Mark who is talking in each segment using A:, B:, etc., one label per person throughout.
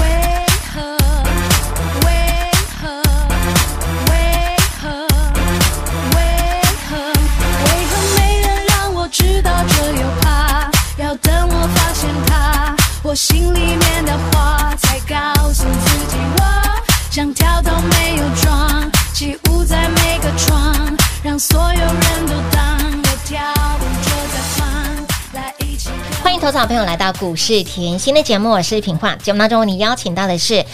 A: Wake up, wake up, wake up, wake up，为何没人让我知道这又怕？要等我发现它，我心里面的话才告诉自己我想跳都没有装，起舞在每个窗，让所有人都当我跳舞就在放，来一起跟。
B: 欢迎投资好朋友来到股市甜心的节目，我是品化。节目当中，你邀请到的是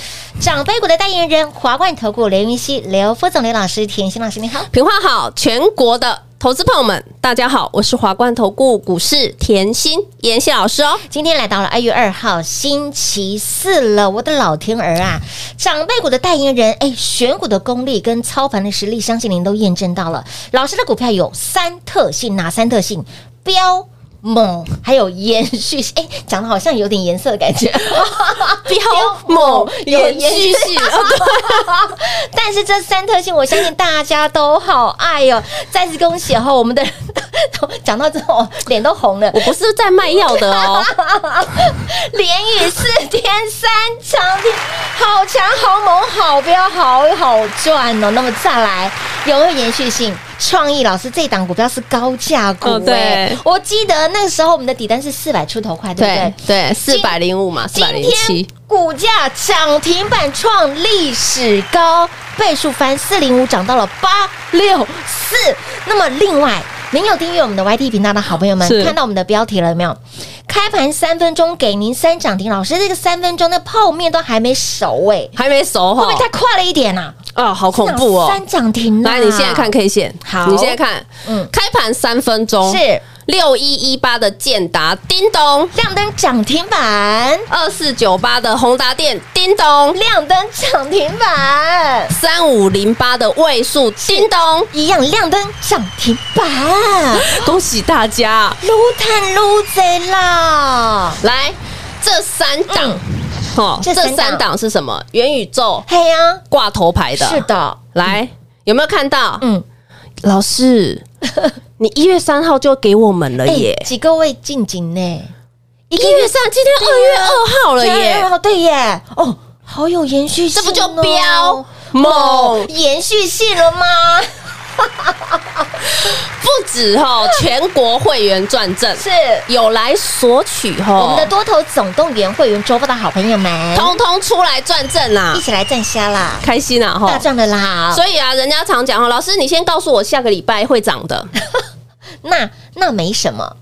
B: 长辈股的代言人华冠投顾刘云熙、刘副总、刘老师、甜心老师，你好。
C: 平话好，全国的投资朋友们，大家好，我是华冠投顾股市甜心妍希老师哦。
B: 今天来到了二月二号星期四了，我的老天儿啊！长辈股的代言人，哎，选股的功力跟操盘的实力，相信您都验证到了。老师的股票有三特性，哪三特性？标。猛，还有延续，哎，讲的好像有点颜色的感觉，
C: 标猛有
B: 有
C: 延续性，哦对
B: 但是这三特性，我相信大家都好爱哦。再次恭喜哦哈，我们的讲到之后脸都红了
C: 我。不是在卖药的哦，
B: 连雨四天三强的，好强、好猛、好标、好好赚哦。那么再来，有没有延续性？创意老师这档股票是高价股、
C: 哦对
B: 哎我记得那时候我们的底单是四百出头块，对不对
C: 对？对，四百零五嘛，四
B: 今
C: 百零
B: 天
C: 七，
B: 股价涨停板创历史高，倍数翻四零五，涨到了八六四。那么另外，您有订阅我们的 YT 频道的好朋友们
C: 是，
B: 看到我们的标题了没有？开盘三分钟给您三涨停，老师这个三分钟那泡面都还没熟哎、
C: 还没熟
B: 会不
C: 哈
B: 会，太快了一点呐、
C: 哦，好恐怖哦。
B: 三涨停、啊！
C: 来，你现在看 K 线，
B: 好
C: 你现在看，
B: 嗯
C: 开盘三分钟
B: 是
C: 六一一八的建达，叮咚。
B: 亮灯涨停板，
C: 二四九八的宏达电，叮咚；
B: 亮灯涨停板，
C: 三五零八的位数，叮咚。
B: 一样亮灯涨停板。
C: 恭喜大家！
B: 撸探撸贼啦！
C: 来，这三档，哦，
B: 这
C: 这
B: 三档
C: 三档是什么？元宇宙
B: 嘿呀、
C: 挂头牌的，
B: 是。的，
C: 来，有没有看到？
B: 嗯，
C: 老 师，你一月三号就给我们了耶！
B: 哎几个位近景呢？
C: 哎一月三，今天二月二号了
B: 对
C: 耶！
B: 哦，对耶，哦，好有延续性、
C: 这
B: 哦，
C: 不就飙猛？
B: 延续性了吗？
C: 不止哦，全国会员转正
B: 是
C: 有来索取
B: 我们
C: 哦
B: 的，多头总动员会员周报的好朋友们，
C: 通通出来转正啦
B: 一，起来站虾啦，
C: 开心啊
B: 大
C: 哈！
B: 赚的啦！
C: 所以啊，人家常讲哦，老师，你先告诉我下个礼拜会涨 的。
B: 那那没什么，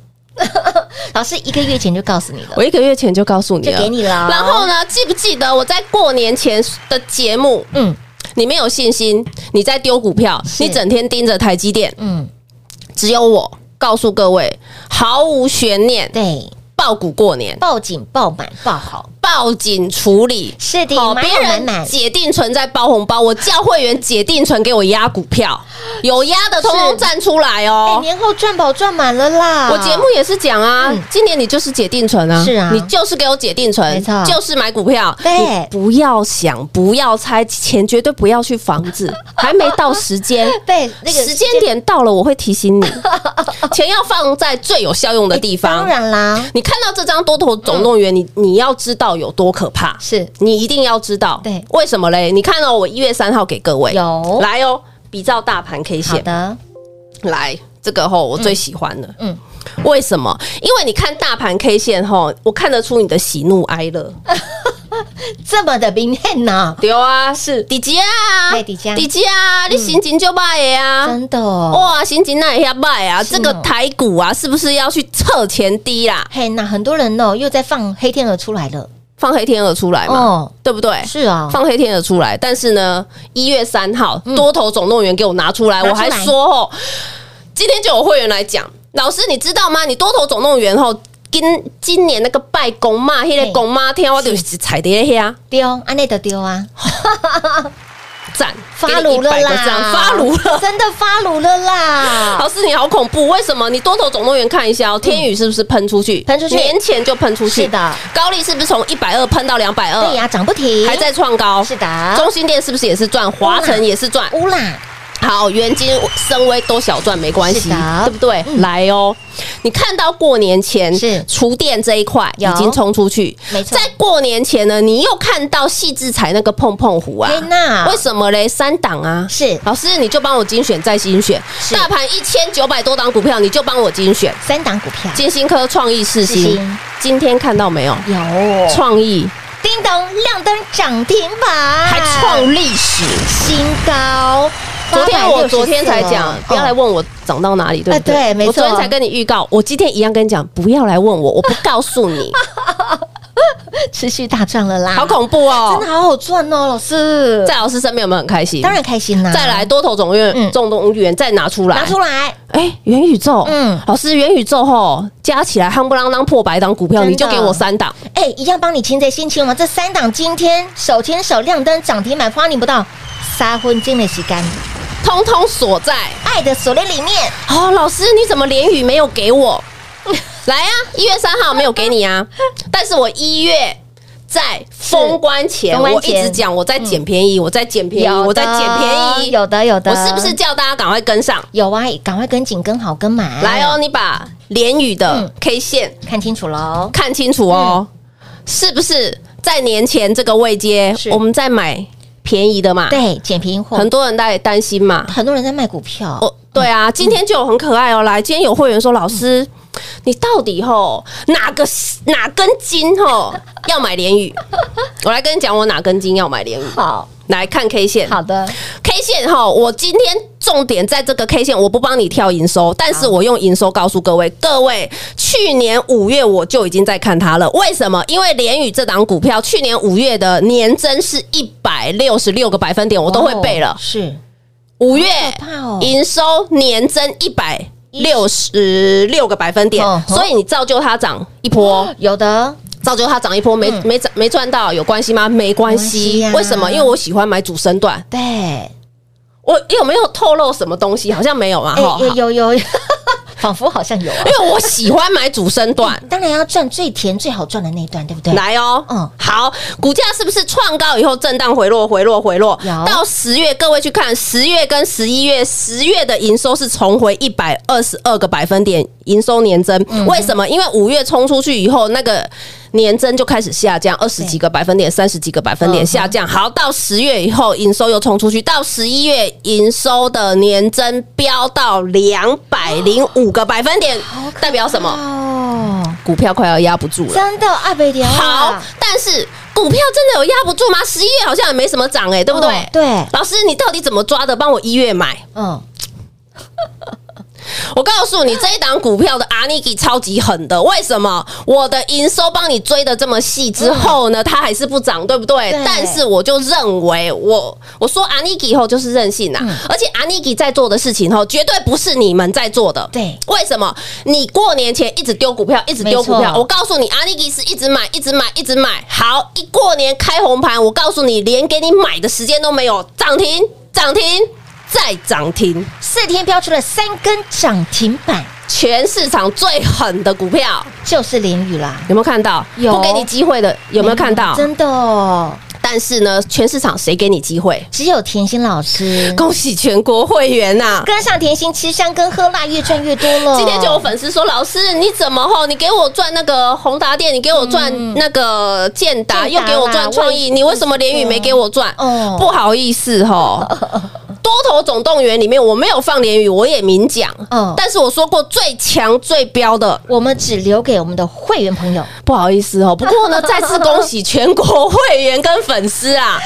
B: 老师一个月前就告诉你了
C: 我，一个月前就告诉你
B: 就
C: 了，
B: 给你了。
C: 然后？呢，记不记得我在过年前的节目，
B: 嗯
C: 你没有信心，你在丢股票，
B: 是
C: 你整天盯着台积电，
B: 嗯，
C: 只有我告诉各位，毫无悬念，
B: 对，
C: 爆股过年，
B: 报警报满报好，
C: 报警处理。
B: 是的，
C: 哦，
B: 满
C: 别
B: 有满
C: 人
B: 满。
C: 解定存在包红包，我叫会员解定存给我压股票，有压的通
B: 是
C: 通站出
B: 哎、
C: 来哦。
B: 年后赚饱赚满了啦！
C: 我节目也是讲啊
B: 嗯，
C: 今年你就是解定存啊，
B: 是啊
C: 你就是给我解定
B: 没
C: 存
B: 错，
C: 就是买股票，
B: 对
C: 你不要想，不要猜，钱绝对不要去防 止，还没到时间。
B: 对那个
C: 时间点到了，我会 提醒你，钱要放在最有效用的地
B: 哎当
C: 方。
B: 然嗯啦，
C: 你看到这张多头总动员，你你要知道有多可怕，
B: 是
C: 你一定要知道。
B: 对
C: 为什么嘞？你看哦，我一月三号给各位
B: 有
C: 来哦，比照大盘 K
B: 好
C: 线，
B: 的，
C: 来，这个吼我最喜欢了。
B: 嗯
C: 嗯，为什么？因为你看大盘 K 线吼，我看得出你的喜怒哀乐。
B: 啊这么的明艳呢、哎
C: 对啊，是底价啊，
B: 对底价
C: 底价啊，你心情就败的啊。
B: 嗯真的哦。
C: 哇，心情那也要卖啊！
B: 是
C: 这
B: 哦
C: 个台股啊，是不是要去测前低啦？
B: 嘿，那很多人哦，又在放黑天鹅出来了。
C: 放黑天鹅出来嘛，
B: 哦
C: 对不对？
B: 是啊，
C: 哎放黑天鹅出来，但是呢，一月三号、多头总动员给我拿出来，
B: 嗯拿出来
C: 我还说哦，今天就有会员来讲，老师你知道吗？你多头总动员后今今年那个拜公妈，迄、
B: 嘿
C: 个公妈天，我就是踩在遐
B: 丢，安内的丢啊，
C: 赞，
B: 发
C: 给你
B: 炉
C: 100
B: 了
C: 个
B: 啦，
C: 这样发炉了。
B: 真的发炉了啦，
C: 老师，你好恐怖！为什么？你多头总动员看一下哦，天宇是不是喷出去？
B: 嗯喷出去
C: 年前就喷出去。
B: 是的，
C: 高丽是不是从一百二喷到两百
B: 对
C: 二？
B: 呀，涨不停，
C: 还在创高。
B: 是的嗯
C: 中心店是不是也是赚？华晨也是赚。
B: 乌啦，
C: 好，元金、深威都小赚没关
B: 是
C: 系
B: 的，
C: 对不对？来哦，你看到过年前
B: 是
C: 厨电这一块已
B: 有
C: 经冲出去，
B: 没错
C: 在过年前呢，你又看到细致彩那个碰碰胡啊
B: 嘿，娜
C: 为什么嘞？三档啊，
B: 是
C: 老师你就帮我精选再精选，
B: 是
C: 大盘一千九百多档股票你就帮我精选，
B: 三档股票
C: 金星科、创意、世
B: 世
C: 新
B: 新，
C: 今天看到没有？
B: 有，
C: 创意
B: 叮咚亮灯涨停板，
C: 还创历史，
B: 新高。
C: 昨天我昨天才讲，
B: 864
C: 不要来
B: 哦
C: 问我涨到哪里，对
B: 哎
C: 不哦对？
B: 对没错
C: 我昨天才跟你预告，我今天一样跟你讲，不要来问我，我不告诉你，
B: 持续大赚了啦，
C: 好恐怖哦
B: 真！的好好赚哦，老师。
C: 在老师身边有没有很开心？
B: 当然。开心啦，
C: 再来多头总
B: 嗯
C: 院总动员再拿出来，
B: 拿出来，
C: 哎，元宇宙，
B: 嗯
C: 嗯，老师，元宇宙吼加起来夯不啷当破百档股票，
B: 真的
C: 你就给我三档，
B: 哎，一样帮你亲在心情哦嘛。这三档今天手牵手亮灯涨停板，花你不到三分钟的时间，
C: 通通锁在。
B: 爱的锁链里面，
C: 哦，老师，你怎么连雨没有给我？ 来啊，一月三号没有给你啊，但是我一月。在封关前，
B: 封关
C: 我
B: 前嗯
C: 一直讲我在捡便宜，我在捡便宜，我在捡便宜。
B: 有的有的，
C: 我是不是叫大家赶快跟上？
B: 有啊？赶快跟紧、跟好、跟满，
C: 来哦，，你把连雨
B: 嗯
C: 的 K 线
B: 看清楚喽。
C: 看清楚哦，是不是在年前这个位阶
B: 是，
C: 我们在买便宜的嘛？
B: 对，捡便宜货，
C: 很多人在担心嘛。
B: 很多人在卖股票，
C: 哦，对
B: 嗯
C: 啊，今天就有很可爱哦。来，今天有会员说，老师，你到底吼哪个哪根筋吼要买 连雨？我来跟你讲，我哪根筋要买连雨。
B: 好
C: 来看 K 线，
B: 好的，
C: k 线哈，我今天重点在这个 K 线，我不帮你跳营收，但是我用营收告诉各位，各位去年五月我就已经在看它了，为什么？因为联宇这档股票去年五月的年增是一百六十六个百分点，我都会背了
B: 哦。是
C: 五月
B: 可怕哦
C: 营收年增一百六十六个百分点
B: 嗯，哼
C: 所以你造就它涨一波，
B: 有的，
C: 造就它涨一波，没
B: 嗯
C: 没涨没赚到有关系吗？没关系
B: 没关系啊，
C: 为什么？因为我喜欢买主升段。
B: 对，哎，
C: 我有没有透露什么东西？好像没有嘛，哈、好
B: 哎有有 有，仿佛好像有啊。
C: 因为我喜欢买主升段。
B: 当然要赚最甜、最好赚的那一段，对不对？
C: 来哦，
B: 嗯
C: 嗯，好，股价是不是创高以后震荡回落、回落、回落
B: 有？
C: 到十月，各位去看十月跟十一月，十月的营收是重回一百二十二个百分点，营收年增。
B: 嗯
C: 为什么？因为五月冲出去以后，那个年增就开始下降，二十几个百分点、三十几个百分
B: 嗯
C: 点
B: 哼
C: 下降。好，到十月以后，营收又冲出去，到十一月营收的年增飙到两百零五个百分点，代表什么？
B: 哦，
C: 股票快要压不住了。
B: 真的爱北啊聊
C: 好，但是股票真的有压不住吗？十一月好像也没什么涨哎、对不对？
B: 哦对
C: 老师，你到底怎么抓的？帮我一月买。
B: 嗯，
C: 我告诉你，这一档股票的阿尼基超级狠的，为什么？我的营收帮你追的这么细之后呢，它还是不涨，对不对？
B: 对
C: 但是我就认为，我我说阿尼基以后就是任性
B: 嗯
C: 啦、而且阿尼基在做的事情后，绝对不是你们在做的。
B: 对
C: 为什么？你过年前一直丢股票，一直丢股
B: 没
C: 票，
B: 错
C: 我告诉你，阿尼基是一直买，一直买，一直买。好，一过年开红盘，我告诉你，连给你买的时间都没有，涨停，涨停，再涨停。
B: 四天标出了三根涨停板，
C: 全市场最狠的股票，
B: 就是连雨啦。
C: 有没有看到？
B: 有嗯
C: 不给你机会的，有没有看到？
B: 真的哦，
C: 但是呢，全市场谁给你机会？
B: 只有甜心老师
C: 恭喜全国会员呐、
B: 跟上甜心，吃香跟喝辣，越赚越多了。
C: 今天就有粉丝说：“老师，你怎么吼？你给我赚那个宏达电，你给我赚那个建达，
B: 嗯建达
C: 又
B: 啦
C: 给我赚创意，
B: 我也
C: 你为什么联宇没给我赚？”
B: 哦
C: 不好意 思吼，多头总动员里面我没有放联宇，我也明讲
B: 嗯。
C: 但是我说过最强最标的
B: 我们只留给我们的会员朋友，
C: 不好意 思哦，不过呢，再次恭喜全国会员跟粉丝 啊！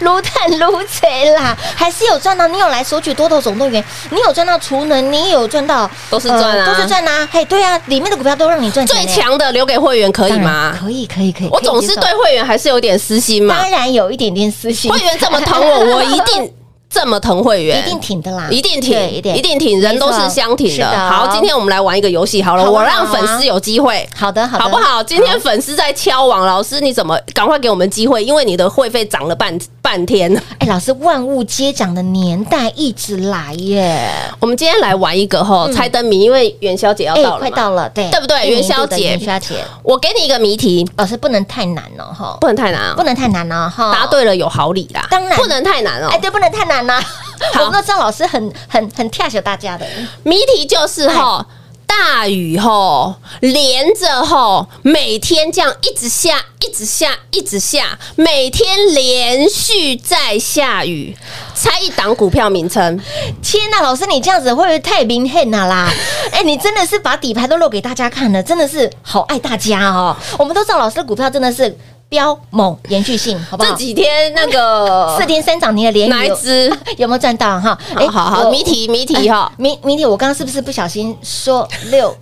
B: 如探如贼啦，还是有赚到。你有来索取多头总动员，你有赚到厨能，你有赚到，
C: 都是赚啊
B: 都是赚啊。嘿，对啊，里面的股票都让你赚钱
C: 最
B: 呢，
C: 强的留给会员可以
B: 当然
C: 吗？
B: 可以，可以，可以。
C: 我
B: 可以
C: 总
B: 接
C: 是
B: 受
C: 对，会员还是有点私心嘛
B: 当，然有一点点私心。
C: 会员这么疼我，我一定 这么疼会员，
B: 一定挺的啦，
C: 一定
B: 对
C: 挺，
B: 一定
C: 一定挺，人都是相挺
B: 没错是
C: 的。
B: 的
C: 好，今天我们来玩一个游戏好
B: 好
C: 了，
B: 啊
C: 我
B: 好
C: 让
B: 啊
C: 粉丝有机会。
B: 好的，好的，啊
C: 好不？好？今天粉丝在敲网，老师你怎么赶快给我们机会？因为你的会费涨了半半 天。
B: 哎，老师，万物皆涨的年代一直来耶，
C: 我们今天来玩一个吼猜灯谜，因为元宵节要
B: 嗯哎
C: 到，了嘛，
B: 快到了，对
C: 对不对
B: 一年一
C: 元宵
B: 度的
C: 节
B: 元宵节，
C: 我给你一个谜题，
B: 老师不能太难了哈，
C: 不能太难啊
B: 不，能太难了哈，
C: 答。对了有好礼啦，
B: 当然
C: 不能太难哦
B: 哎，。对，不能太难了。我
C: 好
B: 们都知道老师很很很跳小大家的，
C: 谜题就是吼，大雨吼，连着吼，每天这样一直下，一直下，一直下，每天连续在下雨。猜一档股票名称，
B: 天呐，老师你这样子会不会太明显了 啦？哎，你真的是把底牌都露给大家看了，真的是好爱大家哦。我们都知道老师的股票真的是标猛延续性，好不
C: 这
B: 好？
C: 几天那个
B: 四天三涨，你的连
C: 哪一只？
B: 有没有赚到哈？哎
C: 好哎好好，
B: 我哎
C: 谜题谜题哈，
B: 明明天我刚刚是不是不小心说 六？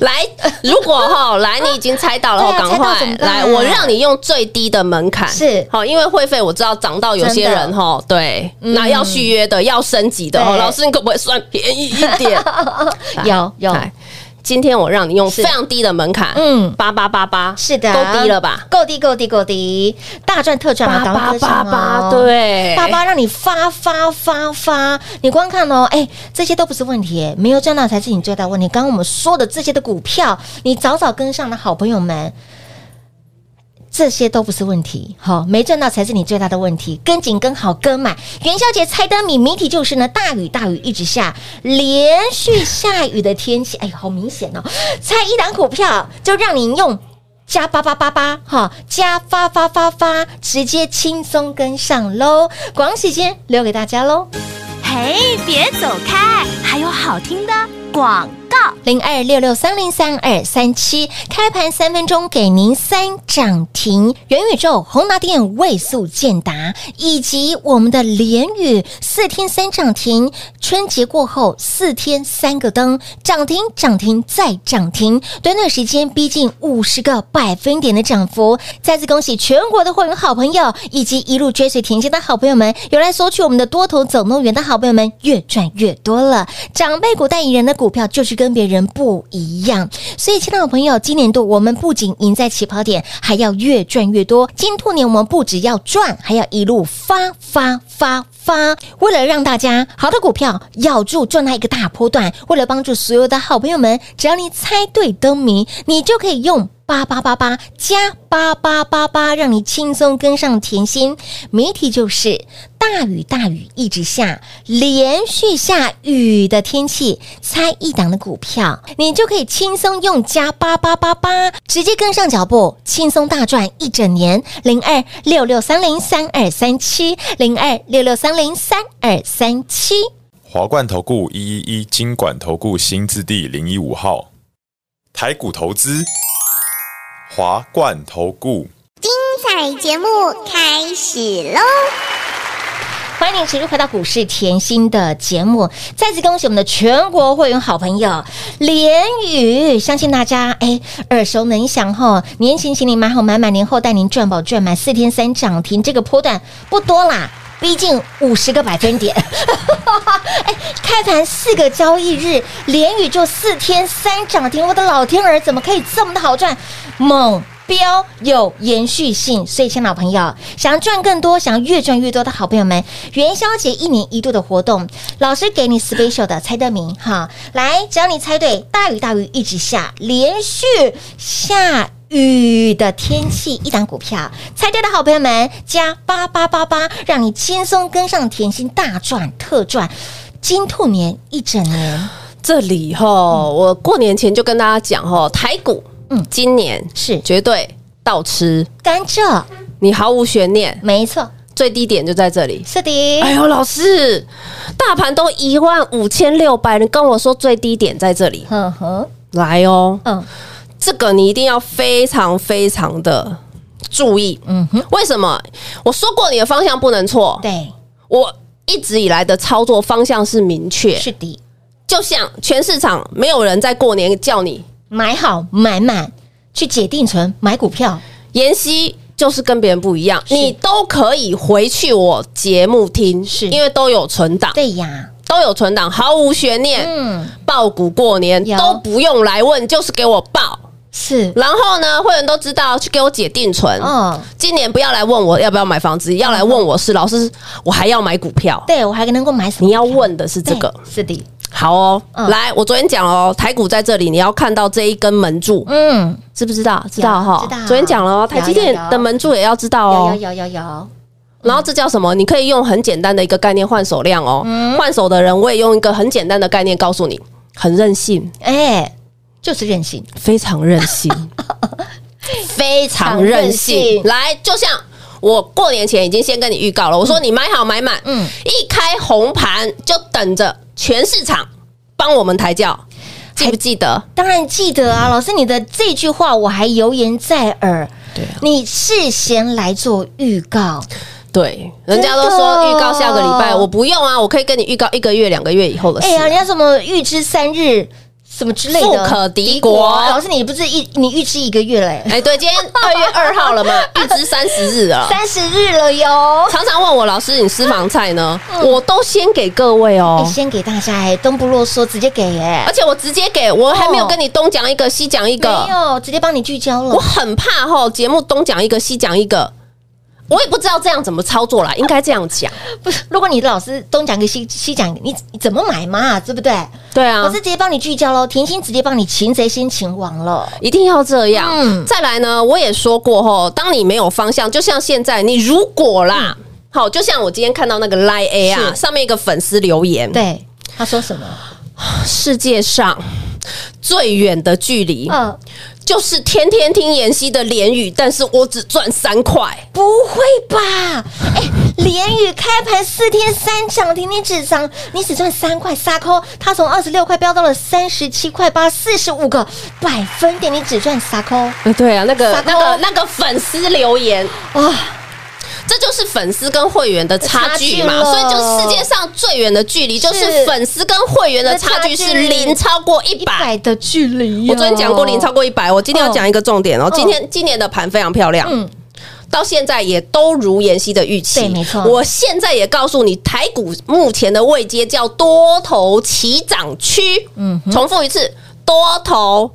C: 来，如果哈来你已经猜到了，
B: 对
C: 吼
B: 啊
C: 赶
B: 猜到怎么
C: 快
B: 办
C: 来，我让你用最低的门槛
B: 是
C: 好，因为会费我知道涨到有些
B: 真
C: 人
B: 的嗯
C: 哈，对，那要续约的，要升级的，
B: 对
C: 哦，老师你可不可以算便宜一 点？来
B: 有有，
C: 来今天我让你用非常低的门槛，
B: 嗯
C: 八八八八，
B: 是的，
C: 够低了吧？？
B: 够低，够低，够低，大赚特赚嘛，赶快跟上哦。
C: 对，
B: 爸爸让你发发发发，你光看哦，哎，这些都不是问题，哎没有赚到才是你最大问题。刚刚我们说的这些的股票，你早早跟上的好朋友们，这些都不是问题，好，没赚到才是你最大的问题。跟紧、跟好、跟满。元宵节猜灯谜谜题就是呢，大雨大雨一直下，连续下雨的天气，哎呦，好明显哦！猜一档股票就让你用。加八八八八哈，加发发发发，直接轻松跟上喽！广告时间留给大家喽。
D: 嘿，别走开，还有好听的广告。
B: 零二六六三零三二三七，开盘三分钟给您三涨停。元宇宙、宏达电、位速、建达，以及我们的联宇，四天三涨停。春节过后四天三个灯，涨停、涨停再涨停，短短时间逼近五十个百分点的涨幅。再次恭喜全国的会员好朋友，以及一路追随甜心的好朋友们，有来索取我们的多头总动员的好朋友们，越赚越多了。长辈股代言人的股票就是跟别人不一样，所以亲爱的朋友，今年度我们不仅赢在起跑点，还要越赚越多。金兔年我们不只要赚，还要一路发发发。发，为了让大家好的股票咬住赚它一个大波段，为了帮助所有的好朋友们，只要你猜对灯谜，你就可以用八八八八加八八八八，让你轻松跟上甜心。谜题就是大雨大雨一直下，连续下雨的天气，猜一档的股票，你就可以轻松用加八八八八，直接跟上脚步，轻松大赚一整年。零二六六三零三二三七，零二六六三零三二三七。
E: 华冠投顾一一一金管投顾新字第零一五号，台股投资，华冠投顾。
F: 彩节目开始喽！
B: 欢迎你持续回到股市甜心的节目，再次恭喜我们的全国会员好朋友连宇，相信大家哎耳熟能详哈。年前请您买好买满，年后带您赚宝赚满，四天三涨停，这个波段不多啦。逼近五十个百分点， 哎，开盘四个交易日，连宇就四天三涨停，我的老天儿，怎么可以这么的好赚？猛标有延续性，所以，亲爱的老朋友，想赚更多、想越赚越多的好朋友们，元宵节一年一度的活动，老师给你 special 的猜灯谜哈，来，只要你猜对，大雨大雨一直下，连续 下。雨的天气，一档股票，猜对的好朋友们加八八八八，让你轻松跟上甜心大赚特赚，金兔年一整年
C: 这里吼，我过年前就跟大家讲吼，台股，
B: 嗯
C: 今年
B: 是
C: 绝对倒吃，
B: 甘蔗，
C: 你毫无悬念，
B: 没错，
C: 最低点就在这里。
B: 是的，
C: 哎呦，老师，大盘都一万五千六百，你跟我说最低点在这里，
B: 呵呵，
C: 来哦，
B: 嗯，
C: 这个你一定要非常非常的注意。
B: 嗯哼，
C: 为什么？我说过你的方向不能错，
B: 对，
C: 我一直以来的操作方向是明确，
B: 是的，
C: 就像全市场没有人在过年叫你
B: 买好买满，去解定存买股票，
C: 妍希。就是跟别人不一样，你都可以回去我节目听，
B: 是
C: 因为都有存档，
B: 对呀，
C: 都有存档，毫无悬念。
B: 嗯，
C: 爆股过年
B: 有
C: 都不用来问，就是给我爆。
B: 是，
C: 然后呢，会员都知道去给我姐定存。
B: 哦，
C: 今年不要来问我要不要买房子，要来问我是老师，我还要买股票。
B: 对我还能够买什么？
C: 你要问的是这个，
B: 对是的，
C: 好哦。
B: 嗯
C: 来，我昨天讲哦，台股在这里，你要看到这一根门柱，
B: 嗯，
C: 知不知道？知道哈
B: 知道。
C: 昨天讲了哦，台积电
B: 有有有
C: 的门柱也要知道
B: 有
C: 哦。
B: 有有有有，
C: 然后这叫什么？你可以用很简单的一个概念换手量哦。
B: 嗯
C: 换手的人，我也用一个很简单的概念告诉你，很任性，
B: 哎，就是任性，
C: 非常任性。
B: 非
C: 常任性。，来，就像我过年前已经先跟你预告了，我说你买好买满，
B: 嗯
C: 嗯，一开红盘就等着全市场帮我们抬轿，记不记得？
B: 当然记得啊，老师，你的这句话我还犹言在耳。
C: 对啊，
B: 你事先来做预告，
C: 对，人家都
B: 真的
C: 说
B: 哦
C: 预告下个礼拜，我不用啊，我可以跟你预告一个月、两个月以后的事
B: 哎。呀，人家什么预知三日什么之类的，
C: 啊富可敌国
B: 老师，你不是一你预知一个月嘞，
C: 哎，对，今天二月二号 了嘛，预知三十日了。
B: 三十日了哟。
C: 常常问我老师，你私房菜呢？我都先给各位哦
B: 嗯哎，。先给大家哎，东不啰嗦，直接给哎
C: 而，且我直接给我还没有
B: 哦
C: 跟你东讲一个西讲一个，
B: 没有，直接帮你聚焦了
C: 我。很怕吼，节目东讲一个西讲一个，我也不知道这样怎么操作啦，应该这样讲。
B: 不是，如果你老师东讲一个西西讲一个，你你怎么买嘛，对不对？
C: 对
B: 老
C: 啊
B: 师，直接帮你聚焦喽，甜心直接帮你擒贼先擒王了。
C: 一定要这样。
B: 嗯
C: 再来呢，我也说过吼，当你没有方向，就像现在，你如果啦，好，就像我今天看到那个 Line A 啊，
B: 是
C: 上面一个粉丝留言，，
B: 对，他说什么？
C: 世界上嗯最远的距离、
B: 呃，
C: 就是天天听妍希的连语，但是我只赚三块。
B: 不会吧？哎，连宇开盘四天三涨，天天只涨，你只赚三块三扣，它从二十六块飙到了三十七块八，四十五个百分点，你只赚三扣啊！
C: 呃对啊，那个
B: 撒
C: 那
B: 娇
C: 个那个粉丝留言，这就是粉丝跟会员的差距
B: 差距
C: 嘛，
B: 了
C: 所以就世界上最远的距离就是粉丝跟会员的差距是零超过一
B: 一
C: 百。
B: 百的距离、
C: 我昨天讲过零超，过一百，我今天要讲一个重点哦。今天今年的盘非常漂亮，
B: 嗯，
C: 到现在也都如妍希的预期，
B: 对没错
C: 我现在也告诉你，台股目前的位阶叫多头起涨区，嗯，重复一次。多头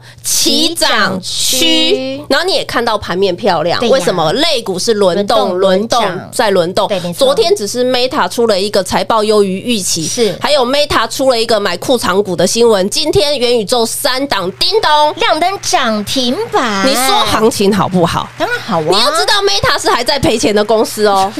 B: 起
C: 起涨
B: 涨
C: 区
B: 区，
C: 然后你也看到盘面漂亮，
B: 对呀
C: 为什么类股是轮动、
B: 轮动
C: 轮动
B: 轮涨
C: 再轮动
B: 对没？错
C: 昨天只是 Meta 出了一个财报优于预期，
B: 是
C: 还有 Meta 出了一个买库藏股的新闻。今天元宇宙三档叮咚，
B: 亮灯涨停板，
C: 你说行情好不好？
B: 当然好啊，
C: 你要知道，Meta 是还在赔钱的公 司哦。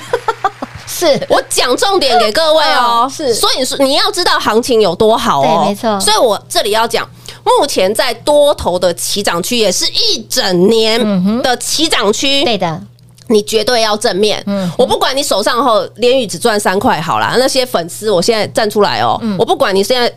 B: 是
C: 我讲重点给各位哦，
B: 嗯是
C: 所以你说你要知道行情有多好哦，
B: 对没错
C: 所以我这里要讲，目前在多头的起涨区，也是一整
B: 嗯
C: 年的起涨区，
B: 对的，
C: 你绝对要正面。
B: 嗯
C: 我不管你手上后连雨只赚三块好啦，那些粉丝我现在站出来哦，
B: 嗯
C: 我不管你现在。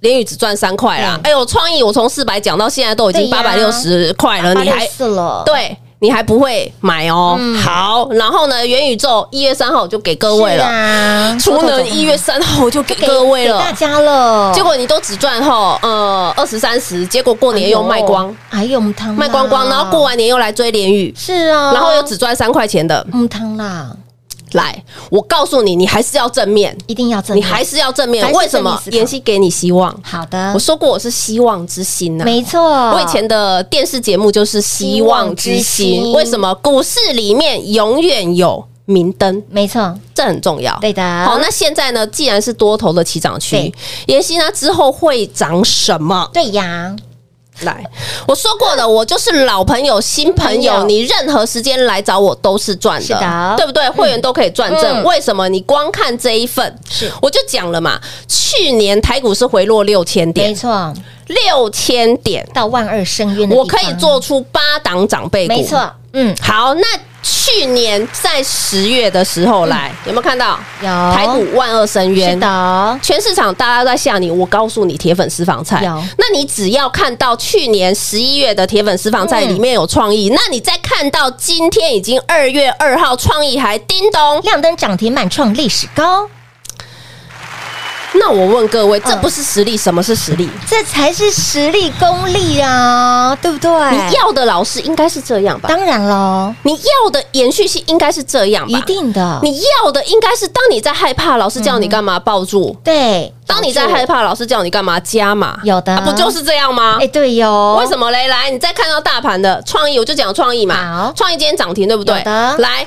C: 连雨只赚三块啦，哎呦，创意我从四百讲到现在都已经
B: 对
C: 八
B: 呀
C: 百六十块了，呃你还
B: 四了，
C: 对。你还不会买哦，
B: 嗯
C: 好，然后呢，元宇宙一月三号我就给各位
B: 是
C: 了，
B: 啊，
C: 储能一月三号我就给
B: 给
C: 各位
B: 给大
C: 了，
B: 家了，
C: 结果你都只赚后呃二十三十，结果过年又卖光，
B: 哎呦，哎呦，我们汤啦
C: 卖光光，然后过完年又来追联宇，
B: 是啊，
C: 然后又只赚三块钱的，
B: 嗯汤啦，
C: 来，我告诉你，你还是要正面，
B: 一定要正
C: 你
B: 面，
C: 还是要正面
B: 还，是
C: 为什
B: 正面
C: 么
B: 思？考
C: 妍希给你希望，
B: 好的
C: 我，说过我是希望之星呐，
B: 没错，
C: 我以前的电视节目就是《希望
B: 希望
C: 之星
B: 之》星
C: 为什么股市里面永远有明灯？
B: 没错，
C: 这很重要。
B: 对的
C: 好，那现在呢？既然是多头的起涨区
B: 对，
C: 妍希呢之后会涨什么？
B: 对呀，
C: 来，我说过的，我就是老朋友、新朋
B: 朋友
C: 友，你任何时间来找我都是赚
B: 是
C: 的，
B: 的
C: 对不对？会员都可以赚正。
B: 嗯
C: 为什么？你光看这一份，
B: 是
C: 我就讲了嘛，去年台股是回落六千
B: 没
C: 点，
B: 错，
C: 六千点。
B: 到万二深渊的地
C: 我
B: 方
C: 可以，做出八档长辈股，
B: 没错，嗯，
C: 好，那去年在十月的时候来，有没有看到
B: 有
C: 台股万恶深
B: 嗯哦是
C: 渊？
B: 的，
C: 全市场大家都在吓你，我告诉你，铁粉私房菜
B: 有。
C: 那你只要看到去年十一月的铁粉私房菜
B: 嗯
C: 里面有创意，那你再看到今天已经二月二号，创意还叮咚，
B: 亮灯涨停板创历史高，
C: 那我问各位，这不是实力，什么是实力？
B: 这才是实力功力啊，对不对？
C: 你要的老师应该是这样吧？
B: 当然喽，
C: 你要的延续性应该是这样吧？
B: 一定嗯的，
C: 你要的应该是，当你在害怕，老师叫你干嘛抱住；
B: 对。
C: 当你在害怕，老师叫你干嘛加码。
B: 有的
C: 啊不就是这样吗
B: 哎、？对哟，
C: 为什么嘞？来，你再看到大盘的创意，我就讲创意嘛
B: 好。
C: 创意今天涨停，对不对
B: 有的？
C: 来，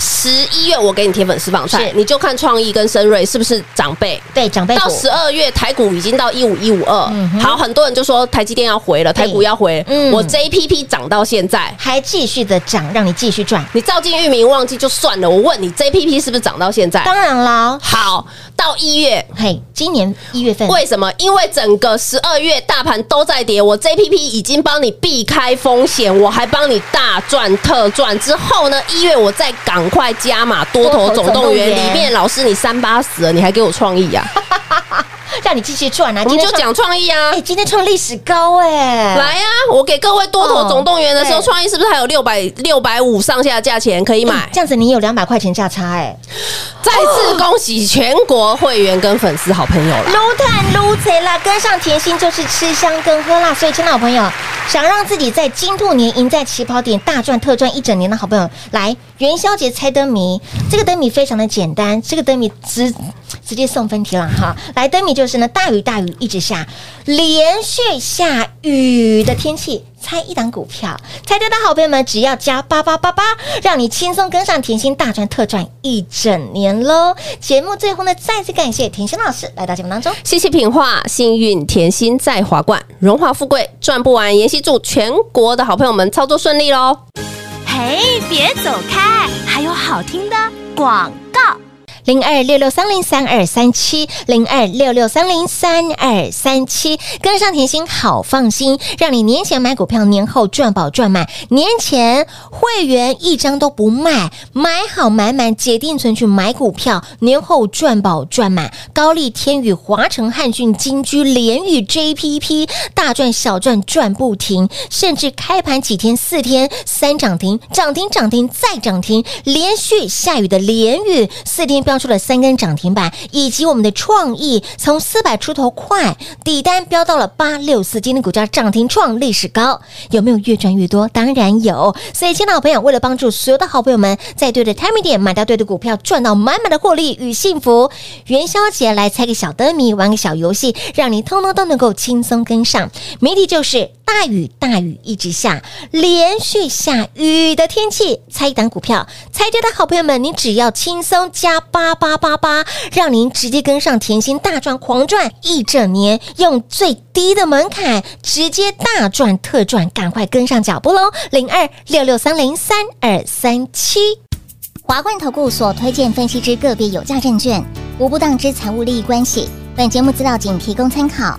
C: 十一月我给你铁粉私房菜
B: 是，
C: 你就看创意跟深瑞是不是长辈？
B: 对长辈股
C: 到十二月，台股已经到一五一五二
B: 嗯哼，
C: 好，很多人就说台积电要回了，台股要回。
B: 嗯
C: 我 JPP 涨到现在，
B: 还继续的涨，让你继续赚，
C: 你照进域名忘记就算了，我问你 JPP 是不是涨到现在？
B: 当然喽。
C: 好，到一月。
B: 嘿，今年一月份，
C: 为什么？因为整个十二月大盘都在跌，我 JPP 已经帮你避开风险，我还帮你大赚特赚。之后呢，一月我再赶快加码多头总动
B: 多头
C: 员
B: 总动员
C: 里面，老师你三八死了，你还给我创意啊？
B: 让你继续赚啊！
C: 我
B: 今
C: 们
B: 天
C: 就
B: 创，
C: 讲创意啊
B: 哎、。今天创历史高哎、
C: 来呀、我给各位多头总动员的时候，
B: 哦对
C: 创意是不是还有六百六百五上下的价钱可以买？
B: 哎这样子你有两百块钱价差哎、
C: 再次恭喜全国会员跟粉丝好朋友啦！
B: 撸碳撸贼啦，跟上甜心就是吃香跟喝辣。所以，亲爱的朋友，想让自己在金兔年赢在起跑点大赚特赚一整年的好朋友，来元宵节猜灯谜。这个灯谜非常的简单，这个灯谜直直接送分题了哈。来，灯谜就是呢，大雨大雨一直下，连续下雨的天气。猜一档股票，猜对的好朋友们只要加八八八八，让你轻松跟上甜心大赚特赚一整年喽！节目最后呢，再次感谢甜心老师来到节目当中。
C: 谢谢品画，幸运甜心在华冠，荣华富贵赚不完。妍希祝全国的好朋友们操作顺利喽！
D: 嘿，别走开，还有好听的广告。
B: 零二六六三零三二三七，零二六六三零三二三七，跟上甜心好放心，让你年前买股票，年后赚宝赚满，年前会员一张都不卖，买好买满，解定存去买股票，年后赚宝赚满，高丽、天宇、华城、汉讯、金居、联宇、JPP 大赚小赚赚不停，甚至开盘几天四天三涨停，涨停涨停再涨停，连续下雨的连雨四天标出了三根涨停板，以及我们的创意从四百出头快底单标到了八六四，今天股价涨停创历史高，有没有越赚越多？当然有。所以，亲爱的朋友，为了帮助所有的好朋友们在对的 timing 点买到对的股票，赚到满满的获利与幸福，元宵节来猜个小灯谜，玩个小游戏，让你通通都能够轻松跟上。谜题就是大雨大雨一直下，连续下雨的天气，猜一档股票，猜对的好朋友们，你只要轻松加八八八八，让您直接跟上甜心大赚狂赚一整年，用最低的门槛直接大赚特赚，赶快跟上脚步喽！零二六六三零三二三七。
F: 华冠投顾所推荐分析之个别有价证券，无不当之财务利益关系。本节目资料仅提供参考，